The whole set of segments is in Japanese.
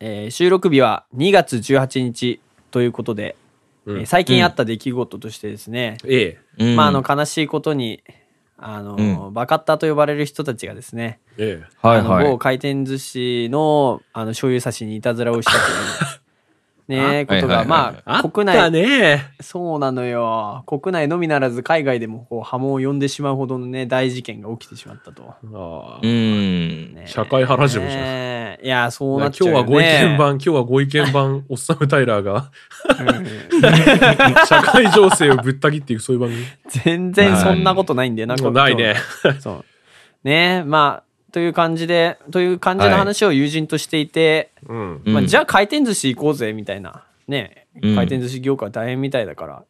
ー収録日は2月18日ということで、うんえー最近あった出来事としてですね、ええ。うんまあ、あの、悲しいことに、あのー、バカッターと呼ばれる人たちがですね、えはいはあのい某。回転寿司のあの醤油差しにいたずらをしたというねことがはいはいはいはいまああった国内、ね。そうなのよ国内のみならず海外でもこう波紋を呼んでしまうほどのね大事件が起きてしまったと、ああうん。ね社会原城じゃんねいやそうな今っち日ゃうよ、はね、ご意見番、今日はご意見番、おっさむタイラーが、うん社会情勢をぶった切っていく、そういう番組。全然そんなことないんだよな、もこうのないね。そうねまあという感じでという感じの話を友人としていて、うん。うんまあ、じゃあ回転寿司行こうぜみたいなねうん回転寿司業界大変みたいだから、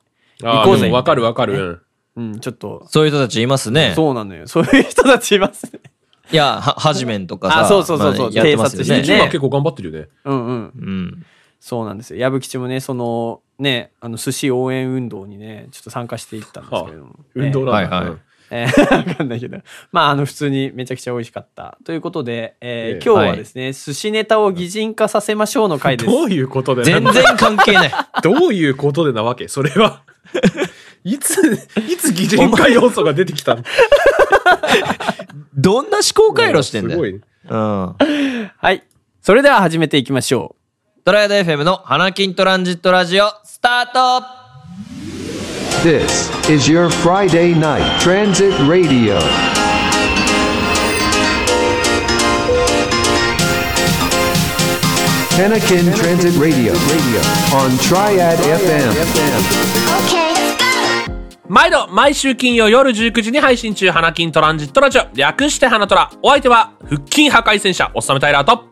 ああ行こうぜでもわかるわかる。うん、ちょっと、そういう人たちいますね。そうなのよ。そういう人たちいますね。 いや、は、はじめんとかさ。あそうそうそうそうまあやってます偵よ察うん。してね。YouTube ねは結構頑張ってるよね。うんうん。うん。そうなんですよ。矢吹吉もね、その、ね、あの、寿司応援運動にね、ちょっと参加していったんですけれども。運動ねなんだ。はいはいうんえー わかんないけど。まあ、あの、普通にめちゃくちゃ美味しかった。ということで、えーええ今日はですね、寿司ネタを擬人化させましょうの回です。どういうことで全然関 係ない。どういうことでなわけそれは。 いつ、いつ擬人化要素が出てきたのどんな思考回路してんだすよ。ごうん。い。はい。それでは始めていきましょう。トライアド FM の花金トランジットラジオ、スタート This is your Friday night transit radio. Panakin Transit Radio on Triad FM. 毎度、毎週金曜夜19時に配信中、花金トランジットラジオ、略して花トラ。お相手は、腹筋破壊戦車、おっさむタイラーと。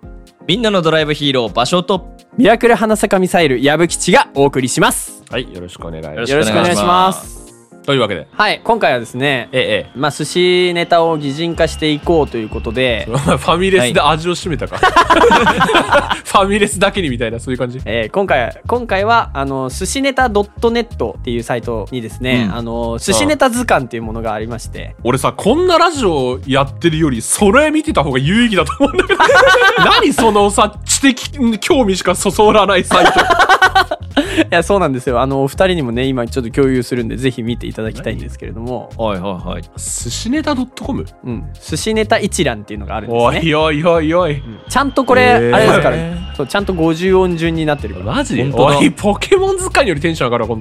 みんなのドライブヒーロー、場所と。ミラクル花坂ミサイル矢吹吉がお送りします。はい、よろしくお願いしまますす。よろしくお願いしまよろしくお願いす。というわけで、はい、今回はですね、ええ、まあ、寿司ネタを擬人化していこうということでええ、お 前ファミレスで味を占めたか。 ファミレスだけにみたいな、そういう感じ。えー今回今回はあの寿司ネタ .net っていうサイトにですね、うんあの寿司ネタ図鑑っていうものがありまして、俺さ、こんなラジオやってるより、それ見てた方が有意義だと思うんだけ ど。何そのさ、知的興味しかそそらないサイ ト。いやそうなんですよあのお二人にもね今ちょっと共有するんでぜひ見ていただきたいんですけれども、はいはいはい。寿司ネタ .com? うん、寿司ネタ一覧っていうのがあるんですおねいおいおいおい。ちゃんとこれ、へーあれですからそうちゃんと50音順になってるから、マジ本当だおい、ポケモン図鑑よりテンション上がるわこん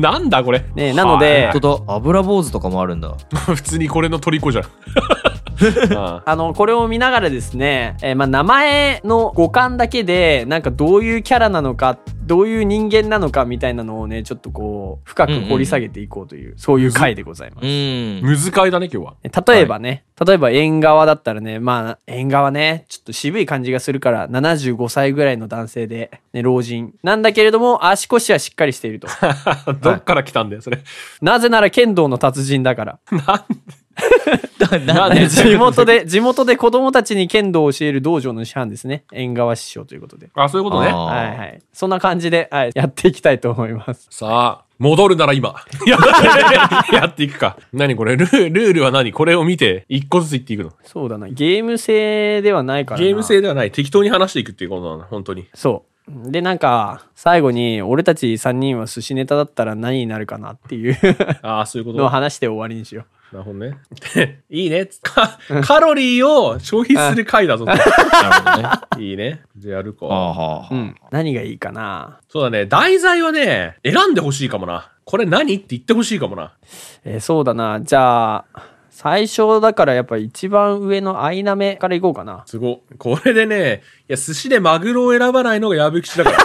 な。なんだこれ。ね、なので、本当だ、油坊主とかもあるんだ。 普通にこれの虜 じゃん。ああの、これを見ながらですね、えーまあ、名前の五感だけで、なんかどういうキャラなのか、どういう人間なのかみたいなのをね、ちょっとこう、深く掘り下げていこうという、そういう回でございまうす。あん。難解だね、今日は。例えばね、例えば縁側だったらね、まあ、縁側ね、ちょっと渋い感じがするから、75歳ぐらいの男性で、ね、老人。なんだけれども、足腰はしっかりしてい ると。どっから来たんだよ、それ。なぜなら剣道の達人だから。な なんで地元で、地元で子供たちに剣道を教える道場の師範ですね。縁側師匠ということで。あ、そういうことね。あーはいはい。そんな感じで、はい、やっていきたいと思います。さあ、戻るなら今。や っていくか。何これルールールは何これを見て、一個ずつ言っていくの。そうだな。ゲーム性ではないからな。ゲーム性ではない。適当に話していくっていうことなの、本当に。そう。で、なんか、最後に、俺たち3人は寿司ネタだったら何になるかなっていうああ、そういうことのを話して終わりにしよなるほどね。 いいね。 かカロリーを消費する回だぞ。 なるほどね。いいね。じゃあやるあか。あはあう。うん。何がいいかな。そうだね。題材はね、選んでほしいかもな。これ何って言ってほしいかもな。えーそうだな。じゃあ、最初だからやっぱ一番上のアイナメからいこうかな。すご。これでね、いや、寿司でマグロを選ばないのが矢吹吉だから。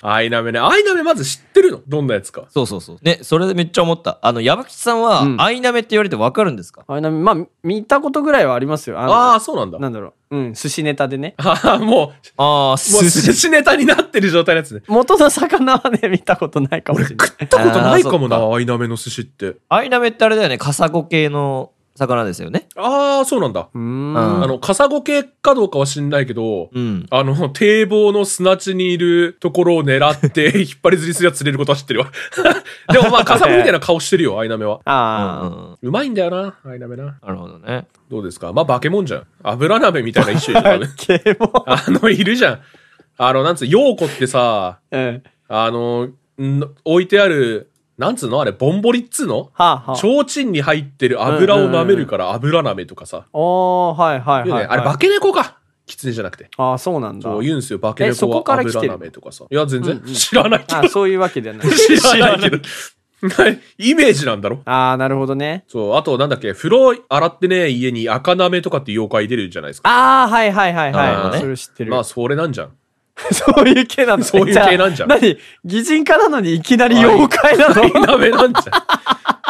アイナメね。アイナメまず知ってるのどんなやつか。そうそうそう。ね、それでめっちゃ思った。あの、矢吹さんはう、んアイナメって言われてわかるんですかアイナメ、まあ、見たことぐらいはありますよ。あのああ、そうなんだ。なんだろう。うん、寿司ネタでね。ああ、もあう、もあ、う寿司寿司ネタになってる状態のやつね。元の魚はね、見たことないかもしれない。食ったことないかもあーな、アイナメの寿司って。アイナメってあれだよね、カサゴ系の魚ですよね。ああ、そうなんだ。うんあの、カサゴ系かどうかは知んないけど、うん。あの、堤防の砂地にいるところを狙って 引っ張りずりするやつ釣れることは知ってるわ。 でもまあ、カサゴみたいな顔してる よ、アイナメは。ああ、あうまいんだよな、アイナメな。あ、なるほどね。どうですかまあ、化け物じゃん。油鍋みたいな一種いる多分ケモ あの、いるじゃん。あの、なんつう、ヨーコってさ、 うん。あの、ん置いてある、なんつうのあれ、ぼんぼりっつうのはあ、はあ。提灯に入ってる油を舐めるから油舐めとかさ。おー、はいはい言うはねい。あれ、化け猫か。狐じゃなくて。ああ、そうなんだ。そう言うんですよ、化けえそ猫こはから油来てる舐めとかさ。いや、全然知らないけあどあ、。そういうわけでは ない。知らないけど。 イメージなんだろああ、なるほどね。そう、あとなんだっけ、風呂洗ってね、家に赤なめとかって妖怪出るじゃないですか。ああ、はいはいはいなるほはどい。ねそれ知ってる。まあ、それなんじゃん。 そういう系なんだね。そういう系なんじゃんあ何擬人化なのにいきなり妖怪なの赤なめなんじゃん。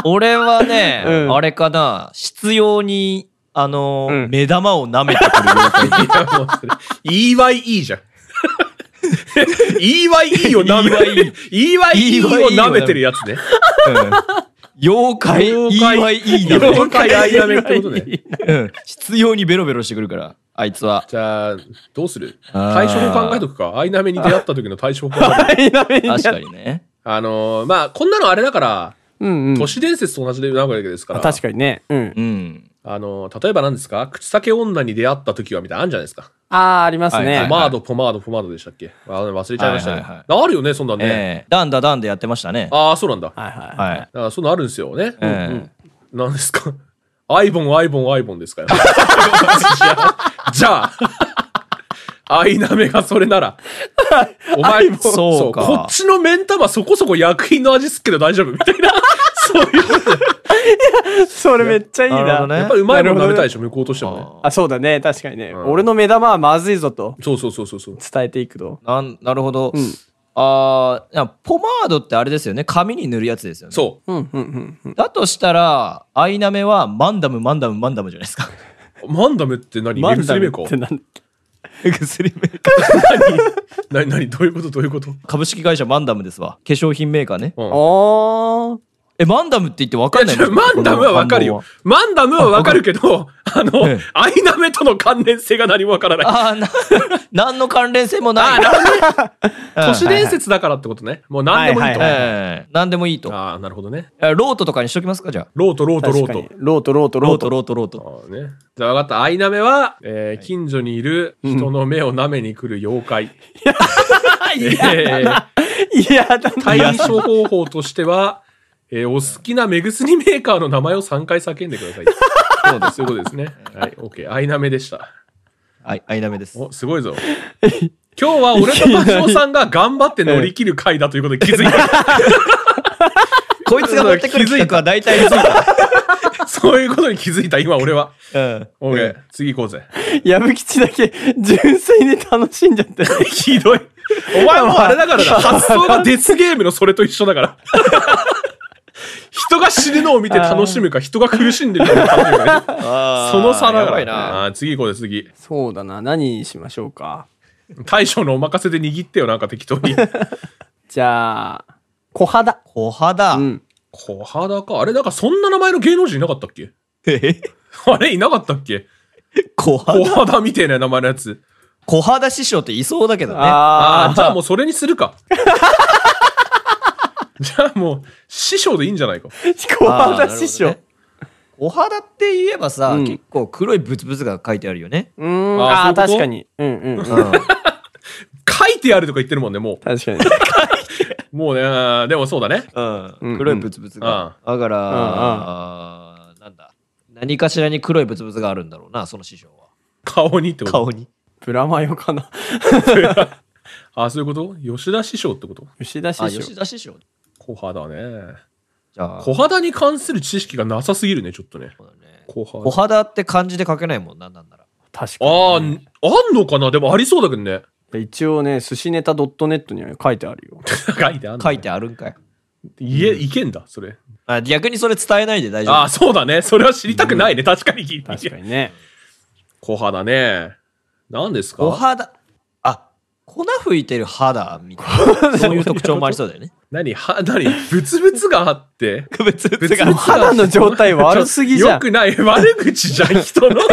俺はね、うんあれかな、必要に、あの、うん目玉を舐めてくる妖 怪。いや、もうそれ、EYE じゃん。EYE を舐め、EYE を舐めてるやつね。 妖怪、妖怪 EYE だね。妖怪アイナメってことね。 うん必要にベロベロしてくるから、あいつは。 じゃあ、どうするあ対ー処法考えとくか。アイナメに出会った時の対処法。あ アイナメにな確かにね。のー、まあ、こんなのあれだから、うんうん。都市伝説と同じでなわけですから。確かにね。うん。うん。あの、例えば何ですか口裂け女に出会った時はみたいなのあるんじゃないですか。ああ、ありますはいポね。マード、ポマード、ポマードでしたっけあ忘れちゃいましたはいはいね。あるよね、そんなんね。ええダンダダンでやってましたね。ああ、そうなんだ。はいははい。あーそんなんあるんですよね。ええ何ですかアイボン、アイボン、アイボンですから。 じゃあ、アイナメがそれな ら、お前、ンそうかこっちの目ん玉そこそこ薬品の味っすけど大丈夫みたい な。そういう。い。それめっちゃいいなるほな。どねやっぱりうまいもの食べたいでしょ、向こうとしてもね。あ、そうだね。確かにね。ん俺の目玉はまずいぞとそうそうそうそうそう。伝えていくと。なんなるほど。ああ、いやポマードってあれですよね。髪に塗るやつですよね。そう。うんうんうんうん。だとしたら、アイナメはマンダム、マンダム、マンダムじゃないで すか。マンダムって何目薬メーカマンダムってなーんだっけ薬メーカなー。何どういうことどういうこと株式会社マンダムですわ。化粧品メーカーね。うんおー。え、マンダムって言って分かんないいやのマンダムはわかるよ。。マンダムはわかるけど、あのええ、アイナメとの関連性が何もわからない。あ あ、な、何の関連性もない。都市伝説だからってことね。もう何でもいいと。はいはいはあええ何でもいいと。あー、なるほどね。えロートとかにしときますか、じゃあ。ロート、ロート、ロ確ーかにト。。ロート、ロート、ロローート、ト。ロート、ロート。ああね。じゃあ分かった。アイナメは、えー近所にいる人の目を舐めに来る妖怪。えーいや、だな対処方法としては、えーお好きな目薬メーカーの名前を3回叫んでください。そうです。そういうことですね。はい。OK。アイナメでした。はい、アイナメです。お、すごいぞ。今日は俺とパチオさんが頑張って乗り切る回だということに気づいた。こいつが持ってくる企画は大体 嘘だ。そういうことに気づいた、今俺は。うん。 OK、次行こうぜ。矢吹吉だけ純粋に楽しんじゃってる。 ひどい。お前もあれだからな。発想がデスゲームのそれと一緒だから。人が死ぬのを見て楽しむか、人が苦しんでるのを楽しむかね、そその差だやかばいら。な。あー次行こうぜ、次。そうだな。何にしましょうか。大将のお任せで握ってよ、なんか適当に。じゃあ、小肌。小肌。うん。小肌か。あれ、なんかそんな名前の芸能人いなかったっけ えあれ、いなかったっけ 小小肌肌みたいな名前のやつ。小肌師匠っていそうだけどね。あああ、じゃあもうそれにするか。 じゃあもう、師匠でいいんじゃないか。あ、 小あー肌師匠。なるほどねお肌って言えばさ、うん結構黒いブツブツが書いてあるよね。うーん。あーああー、そう確いうことかに。うんうんうん。書いてあるとか言ってるもんね、も 確かに。う。もうね、あーでもそうだね。うん黒いブツブツが。だから、んあーなんだ。何かしらに黒いブツブツがあるんだろうな、その師匠は。顔にってこと。顔に。プラマヨかな。 あーそういうこと吉田師匠ってこと牛田師あ、匠吉。田師匠。小肌ね。じゃあ、小肌に関する知識がなさすぎるね、ちょっとね。そうだね小肌。小肌って漢字で書けないもんな、なんなら。確かに。ああ、んあんのかなでもありそうだけどね。 一応ね、寿司ネタ .net には書 いてあるよ。書いてあんの書いてあるんかい。いえ、いけんだ、それ。あ逆にそれ伝えないで大丈夫。ああ、そうだね。それは知りたくないね。確かに聞い て。確かにね。小肌ね。何ですかお肌。あ、粉吹いてる肌みたいな。そういう特徴もありそうだよね。何 は、何ブツブツがあって。別々ブツブツががあって肌の状態悪すぎじゃんよくない。悪口じゃん、人の。人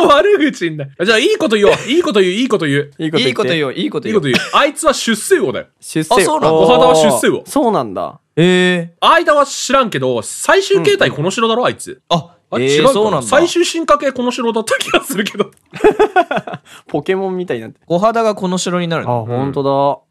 の悪口になる。じゃあ、いいこと言おう。いいこと言う、いいこと言う。いいこと言っていいこと言おう、いいこといい言ことおう。言う。あいつは出世魚だよ。出世あそうなんだーお肌は出世魚そうなんだえ間は知らんけど、最終形態この城だろ、あいつ。ー、あ、あえれー、違うかなそうなんだ。最終進化系この城だった気がするけど。ポケモンみたいになって小肌がこの城になるあの。本当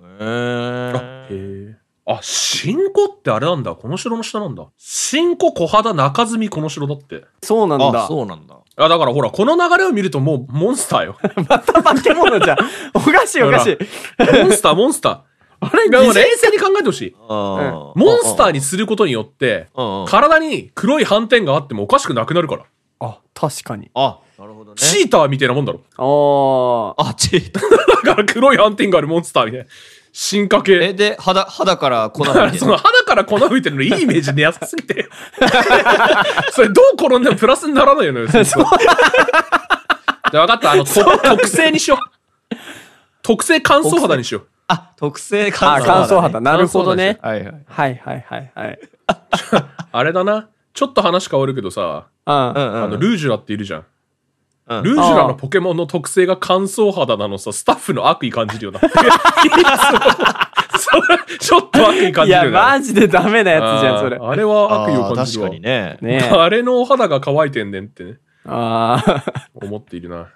えあー、へえ。あ、新子ってあれなんだ。この城の下なんだ。新子小肌中積みこの城だって。だそうなんあだ そうなんだ。あ、だからほら、この流れを見るともうモンスターよ。化け物 じゃんおかしいおかしいモンスタ ー、モンスター。あれでも冷静に考えてほしい。モモンスターにすることによって、ー体に黒い斑点があってもおかしくなくなるから。あ確かにあ、なるほどね。チーターみたいなもんだろ。 あーあ、チーだから黒い斑点があるモンスターみたいな。進化系。え、で、肌、肌から粉だか吹いら てその肌から粉吹いてるのいいイメージで安すぎて。 それどう転んでもプラスにならないよね。 そうそうじゃあ分かった。あの、と特性にしよう。特性乾燥肌にしよう。あ、特製乾あ燥乾肌。燥肌なるほどねはいはい。はいはいはいはいあれだな。ちょっと話変わるけどさ、うんうんうん。あの、ルージュラっているじゃん。うんルージュラのポケモンの特性が乾燥肌なのさ、スタッフの悪意感じるよな。 いつもそれちょっと悪意感いじるやよな。マジでダメなやつじゃんそれあーあれは悪意をあ感ーじ確るかわ。にね。ねえ あれのお肌が乾いてんねんってね、あー思っているな。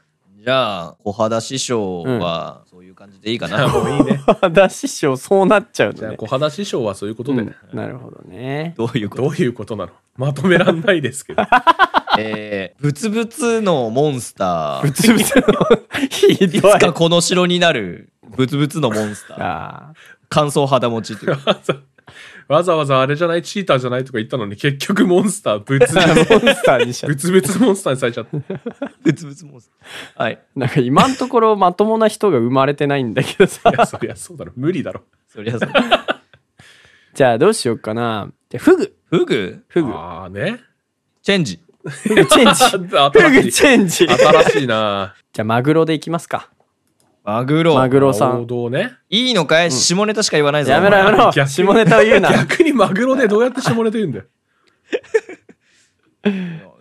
じゃあ、小肌師匠は、そういう感じでいい かな。もういいね。 肌師匠そうなっちゃうじのゃあ、ね小肌師匠はそういうことで、うんなるほどねどういうことどういうことなのまとめらんないですけど。 えー、ブツブツのモンスター。ぶつぶつの ひいつどいかこの城になる、ブツブツのモンスター。あー乾燥肌持ちという。わざわざあれじゃない、チーターじゃないとか言ったのに、結局モンスター、ぶつ、モンスターに しちゃうぶつぶつモンスターにされちゃった。 ブツブツモンスター。はい。なんか今のところまともな人が生まれてないんだけどさ いや、そりゃそうだろ。無理だろ。そりゃそう。じゃあどうしようかなじゃあフグフグフグああね。チェンジ。フグチェンジフ 新グしい。チェンジじゃ新しいな。あマグロでいきますかマグロ。マグロさ王ん道ね。いいのかい下ネタしか言わないぞ。やめろお前やめろ逆に下ネタを言うな 逆にマグロでどうやって下ネタ言うんだよ。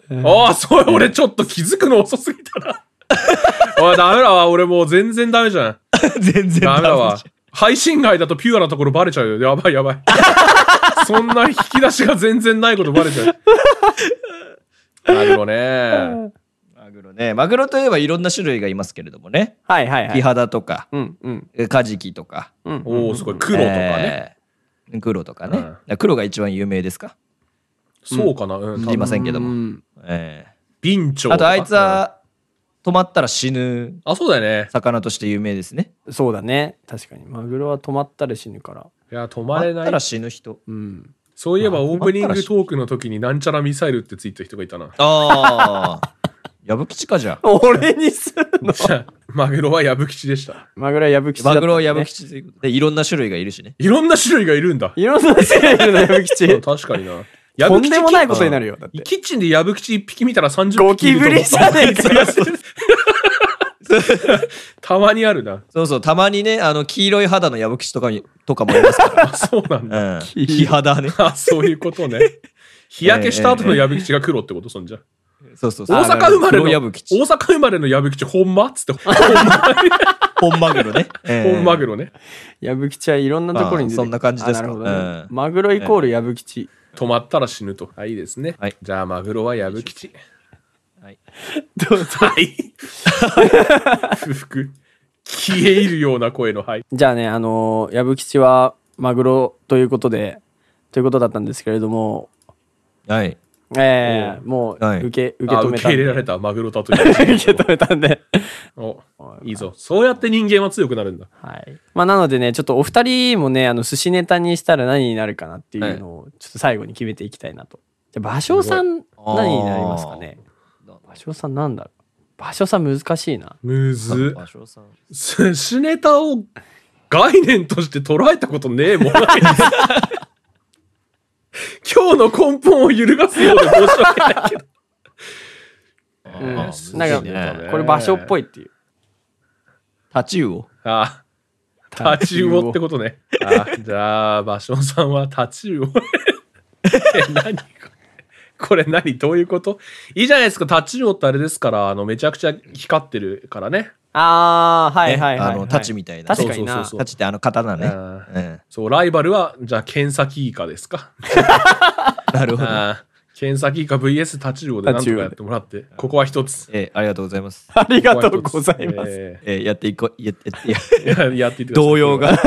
ああ、それ俺ちょっと気づくの遅すぎたな。おい、ダメだわ。俺もう全然ダメじゃん。全然ダメ だわ。配信外だとピュアなところバレちゃうよ。やばいやばい。 そんな引き出しが全然ないことバレちゃう。マグロね。マグロね。マグロといえばいろんな種類がいますけれどもね。はいはいはキいハダとか、うんうんカジキとか、うんおお、すごい。黒とかね。えー。黒とかね。うんだから黒が一番有名ですかそうかな。うん、知りませんけどうも。んえビンチョウーあとあいつうんは止まったら死ぬあ、そうだよね。魚として有名ですね。そうだね確かにマグロは止まったら死ぬからいや、止止まれまったないら。死ぬ人。うんそういえばオープニングトークの時になんちゃらミサイルってついた人がいたな。ああ。やぶきちかじゃん。俺にするのマグロは矢吹吉でした。 マグロは矢吹吉だっマたグロ、ヤブねキチということで、いろんな種類がいるしね。いろんな種類がいるんだ。いろんな種類いるの矢吹うん吉確かにな。とんでもないことにる。なるよだってキッチンで矢吹吉一匹見たら30ゴ匹キいるとブ思リっじた。ゃねえかよたまにあるな。そうそう、たまにね、あの、黄色い肌のヤブキチとかにとかもいますかあそうなんだ。ら。うん。黄肌ね。あそういうことね。日焼けした後の矢吹吉が黒ってことそんじゃ。そうそうそう。大阪生まれの、黒大ヤブキチ。阪生まれの矢吹吉ほんまっつって、ほんま本マグロね。ほんマグロ。ロね。矢吹吉はいろんなところに出てくるあそんな感じですかあなるほどねうんマグロイコール矢吹吉。止まったら死ぬと。あ、いいですね。はいじゃあ、マグロは矢吹吉。どうぞはい。 不服。消え入るような声の、はい。じゃあね、あのー矢吹吉はマグロということで、ということだったんですけれども、はい。えー、もうはい受け、受けあ止受めけたん入れで。。られたマグロだという 受け止めたんで。おいいぞ。そうやって人間は強くなるんだ。はい。まあ、なのでね、ちょっとお二人もね、あの、寿司ネタにしたら何になるかなっていうのを、ちょっと最後に決めていきたいなと。じゃあ、芭蕉さん、ごい何になりますかね。芭蕉さんなんだろう。芭蕉さん難しいな。むず。場所さん。寿司ネタを概念として捉えたことねえもん。 今日の根本を揺るがすようで申し訳ないけど。うんなんか、しいこれね芭蕉っぽいっていう。タチウオ。あタチウオってことね。あじゃあ、バションさんはタチウオ。 え、何これ。これ何どういうこといいじゃないですか。タチウオってあれですから、あの、めちゃくちゃ光ってるからね。あー、はいはいはい、はいあの太刀みたいな確かにそうな。そうそうそうタチってあの刀ね。あうんそう、ライバルは、じゃあ、ケンサキイカですか。なるほど。あーケンサキイカ VS タチウオでなんとかやってもらって、ここは一つ。えーありがとうございます。ありがとうございます。ええーやっていこう。ややや ー いややっていってください。動揺。が。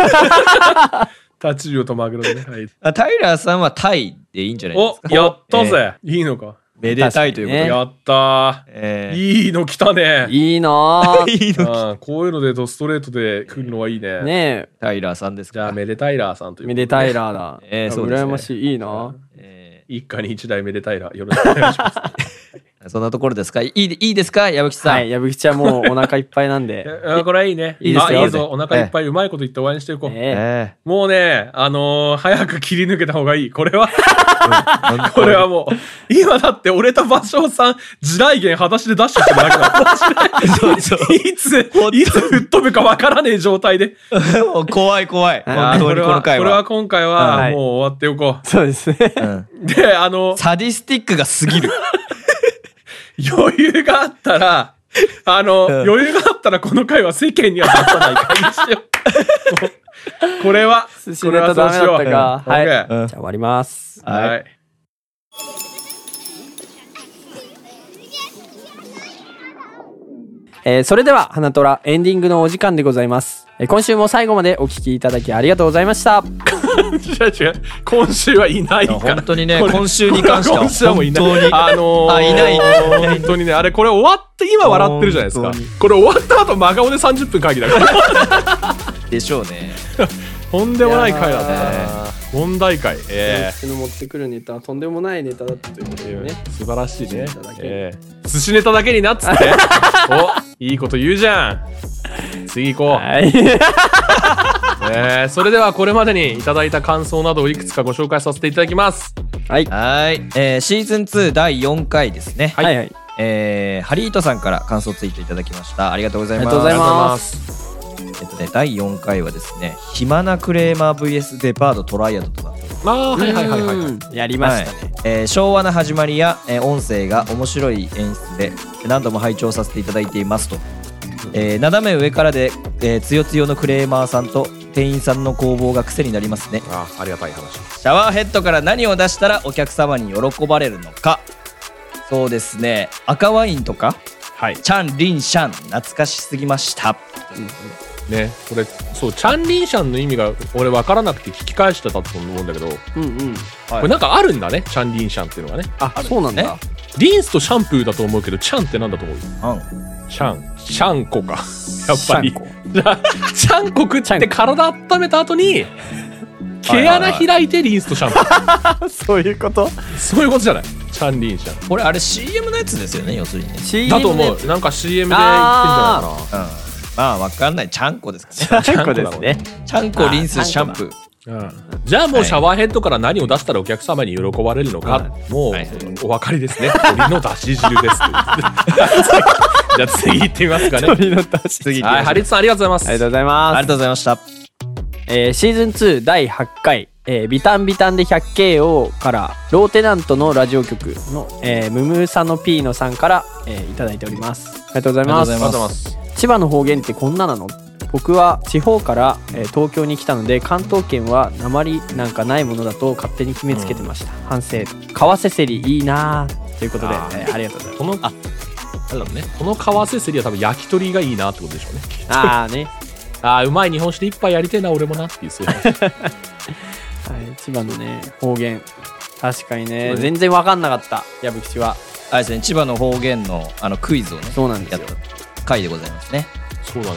タチウオとマグロでね。はい あタイラーさんはタイでいいんじゃないでおすか。やったぜ、いいのかえー。めでたいということで。ねやったー、えーいいの来たねいいなーいいのうんこういうのでドストレートで来るのはいいねねタイラーさんですじゃかあ。メデタイラーさんとえ、いうめでたいラーだ。ええあそうですね羨ましい。いいなえ一家に一台メデタイラーよろしくお願いしますーそんなところですかいいいいですか矢吹さん。はい、矢吹ちゃんもうお腹いっぱいなんで。えこれはいいねいいですよあいいぞお腹いっぱいうまいこと言って終わりにしていこう、ええ えもうねあのー早く切り抜けた方がいいこれは ーこれはもう今だって俺と芭蕉さん地雷原裸足でダッシュしてるだけだそうそう いついつ吹っ飛ぶかわからねえ状態でもう怖い怖い。あー本当これにこのはこ回れはは。今回ははいもう終わっておこそうですね。うんうであのサディスティックが過ぎる。余裕があったら、あの、ん余裕があったらこの回は世間には出さない回にしよう。もう これは、寿司こネれタダはそうメしだよったう。か。はい。じゃうあ終わります。んはい。 えーそれでは、花虎エンディングのお時間でございます。えー今週も最後までお聞きいただきありがとうございました。違う違う。今週はいないから。本当にねこれ今週に関しては今週もいない本当にあのーあいないいないいない本当にね、あれこれ終わって、今笑ってるじゃないですか本当に。これ終わった後真顔で30分会議だから。でしょうね。とんでもない回だった。問題回。え私の持ってくるネタはとんでもないネタだったということでえね。素晴らしいね寿司ネタだ。けええ寿司ネタだけになっ つって。おいいこと言うじゃん。次行こう。はい。えーそれではこれまでにいただいた感想などをいくつかご紹介させていただきますはい。はい、えーシーズン2第4回ですね。はいはい。えーハリートさんから感想ツイートいただきました。ありがとうございます。ありがとうございますえっとね、第4回はですね、暇なクレーマー VS デパートトライアドとなっておりますああはいはいはいはいはいい。やりましたね。はいえー昭和の始まりや、えー音声が面白い演出で何度も拝聴させていただいていますと、えー斜め上からで、えー、つよつよのクレーマーさんと店員さんの攻防が癖になりますねあーありがたい話シャワーヘッドから何を出したらお客様に喜ばれるのかそうですね赤ワインとかはいチャン・リン・シャン懐かしすぎましたねこれそうチャンリンシャンの意味が俺分からなくて聞き返してたと思うんだけど、こうんうん。れなんかあるんだねチャンリンシャンっていうのがねあ、そうなんだ。リンスとシャンプーだと思うけどチャンってなんだと思ううんシャンシャンコかやっぱシャンりコじゃあ シャンコ食って体温めた後にはい毛穴開いてリンスとシャンプーそういうことそういうことじゃないチャンリンシャンこれあれ CM のやつですよね要するにね ?CM だと思うなんか CM で言ってんじゃないかなうんまあわかんないちゃんこですかね チャンコですね。ちゃんこリンスあシャンプーじゃあもはういシャワーヘッドから何を出したらお客様に喜ばれるのか、もうはいお分かりですね鶏のだし汁 ですじゃあ次行ってみますかねは鳥の出し次行きましょういハリツさんありがとうございますありがとうございあますりがと。うございましたえーシーズン2第8回、えービタンビタンで 100KO からローテナントのラジオ局の、えームムーサノピーノさんから、えーいただいておりますありがとうございますありがとうございます千葉の方言ってこんななの僕は地方から、えー東京に来たので関東圏は鉛なんかないものだと勝手に決めつけてました、反省為せセリいいなぁということであ,、あえーありがとうございますこのあなんだろうねこの為替セリは多分焼き鳥がいいなってことでしょうね ああね、ああうまい日本酒で一杯やりてえな俺もなっていうそういう話はい、千葉のね方言確かにねそうね全然わかんなかった矢吹氏はあれですね千葉の方言のあのクイズをねそうなんですやよった回でございますね そうだね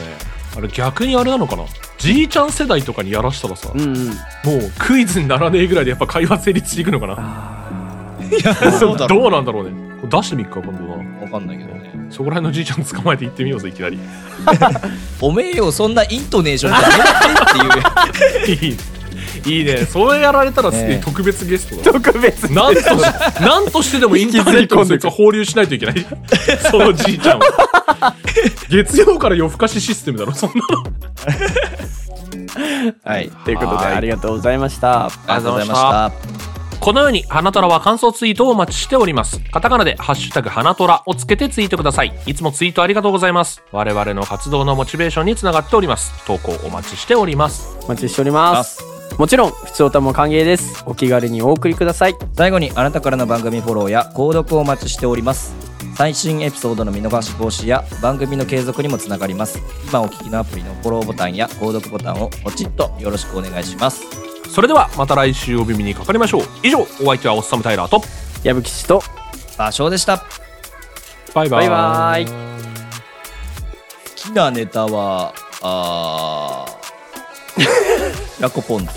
あれ逆にあれなのかなじいちゃん世代とかにやらしたらさ、うんうんもうクイズにならねえぐらいでやっぱ会話成立していくのかないやそうだどうなんだろうねこれ出してみっか今度なわかんないけどねそこら辺のじいちゃん捕まえて行ってみようぜいきな りいおめえよそんなイントネーションじゃねえっていういいいねそれやられたらすげえええ特別ゲストだ、特別なんとしなんとしてでもインターネットのそいつを放流しないといけないそのじいちゃん を月曜から夜更かしシステムだろそんなのはい。ということで、はいありがとうございました。ありがとうございました。このように、花虎は感想ツイートをお待ちしております。カタカナで、ハッシュタグ、花虎をつけてツイートください。いつもツイートありがとうございます。我々の活動のモチベーションにつながっております。投稿お待ちしております。お待ちしております。もちろん、普通歌も歓迎です。お気軽にお送りください。最後にあなたからの番組フォローや購読をお待ちしております最新エピソードの見逃し防止や番組の継続にもつながります今お聞きのアプリのフォローボタンや購読ボタンをポチッとよろしくお願いしますそれでは、また来週お耳にかかりましょう。以上、お相手はおっさむタイラーと、矢吹氏と、場所でしたバイババイバイ。好きなネタはあー ラコポンズ